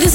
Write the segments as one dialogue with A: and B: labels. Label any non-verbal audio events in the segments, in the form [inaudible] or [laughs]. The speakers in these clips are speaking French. A: this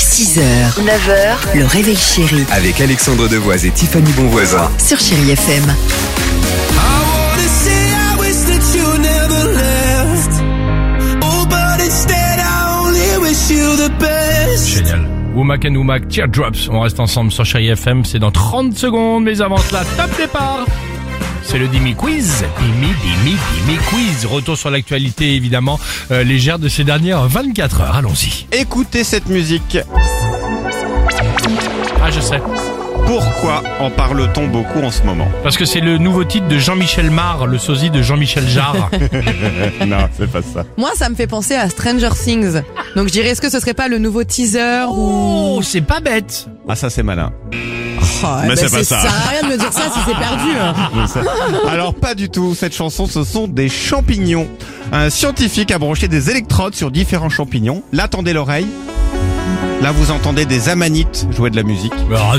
B: 6h, 9h, le réveil chéri
C: avec Alexandre Devoise et Tiffany Bonvoisin.
B: sur Chérie FM.
D: I wanna say I wish that you never left. Oh, but instead I only wish you the best.
E: Génial. Womack and Womack, Teardrops. On reste ensemble sur Chéri FM. C'est dans 30 secondes, mais avant cela, top départ. C'est le Dimi Quiz. Dimi, Dimi, Dimi Quiz. Retour sur l'actualité, évidemment, euh, légère de ces dernières 24 heures. Allons-y.
F: Écoutez cette musique.
E: Ah, je sais.
F: Pourquoi en parle-t-on beaucoup en ce moment
E: Parce que c'est le nouveau titre de Jean-Michel Mar, le sosie de Jean-Michel
G: [laughs]
E: Jarre.
F: [laughs] Non, c'est pas ça.
G: Moi, ça me fait penser à Stranger Things. Donc, je dirais, est-ce que ce serait pas le nouveau teaser
E: oh, c'est pas bête.
F: Ah, ça c'est malin.
G: ou... Oh,
F: Mais
G: eh ben,
F: c'est pas ça.
G: sert à rien de me dire ça si c'est perdu. hein.
F: Alors pas du tout, cette chanson ce sont des champignons. Un scientifique a branché des électrodes sur différents champignons. Là tendez l'oreille. Là vous entendez des amanites jouer de la musique.
G: Bah,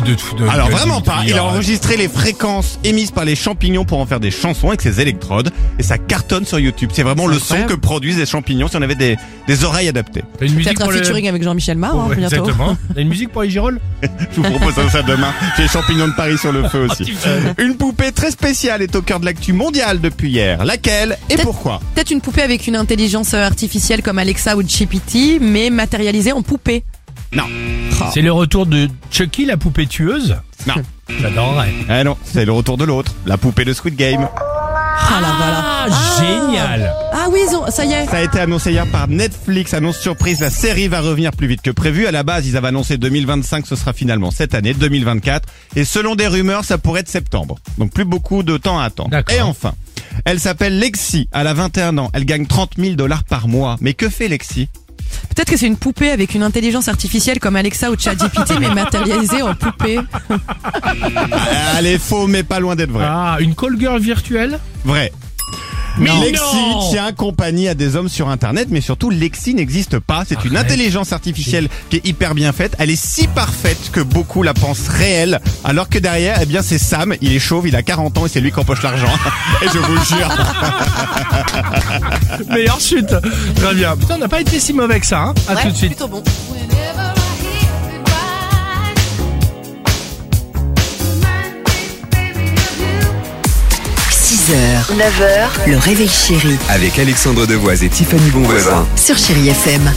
F: Alors vraiment pas, il a enregistré les fréquences émises par les champignons pour en faire des chansons avec ses électrodes et ça cartonne sur YouTube. C'est vraiment le son que produisent les champignons si on avait des, des oreilles adaptées.
E: T'as une musique
G: Peut-être un
E: pour le...
G: featuring avec Jean-Michel Mar, hein,
E: Ouais,
G: bientôt.
E: exactement. T'as une musique pour les
G: [laughs]
E: girolles
F: Je vous propose ça demain. J'ai les champignons de Paris sur le feu aussi. Euh, Une poupée très spéciale est au cœur de l'actu mondiale depuis hier. Laquelle et
G: Peut-être-
F: pourquoi
G: Peut-être une poupée avec une intelligence artificielle comme Alexa ou GPT, mais matérialisée en poupée.
F: Non.
G: Ah.
E: C'est le retour de Chucky, la poupée tueuse
F: Non.
E: J'adorerais.
F: Ah non, c'est le retour de l'autre. La poupée de Squid Game.
G: Ah, là, voilà.
E: Ah, génial
G: Ah oui, ils ont- ça y est.
F: Ça a été annoncé hier par Netflix. Annonce surprise, la série va revenir plus vite que prévu. À la base, ils avaient annoncé 2025, ce sera finalement cette année, 2024. Et selon des rumeurs, ça pourrait être septembre. Donc plus beaucoup de temps à attendre.
E: D'accord.
F: Et enfin, elle s'appelle Lexi. Elle a 21 ans. Elle gagne 30 000 dollars par mois. Mais que fait Lexi
G: Peut-être que c'est une poupée avec une intelligence artificielle comme Alexa ou ChatGPT, mais matérialisée en poupée.
F: Elle est faux, mais pas loin d'être vraie.
E: Ah, une call girl virtuelle
F: Vrai.
E: Mais
F: Lexi
E: non
F: tient compagnie à des hommes sur Internet, mais surtout Lexi n'existe pas. C'est une
E: Arrête.
F: intelligence artificielle qui est hyper bien faite. Elle est si parfaite que beaucoup la pensent réelle, alors que derrière, eh bien, c'est Sam. Il est chauve, il a 40 ans et c'est lui qui empoche l'argent. [laughs] et je vous le jure.
E: Meilleure chute Très bien. Putain, on n'a pas été si mauvais que ça, hein À tout de suite.
G: Plutôt bon.
H: Baby, of you.
B: 6h, 9h, le réveil chéri
C: Avec Alexandre Devoise et Tiffany Bonvoisin.
B: sur Chérie FM.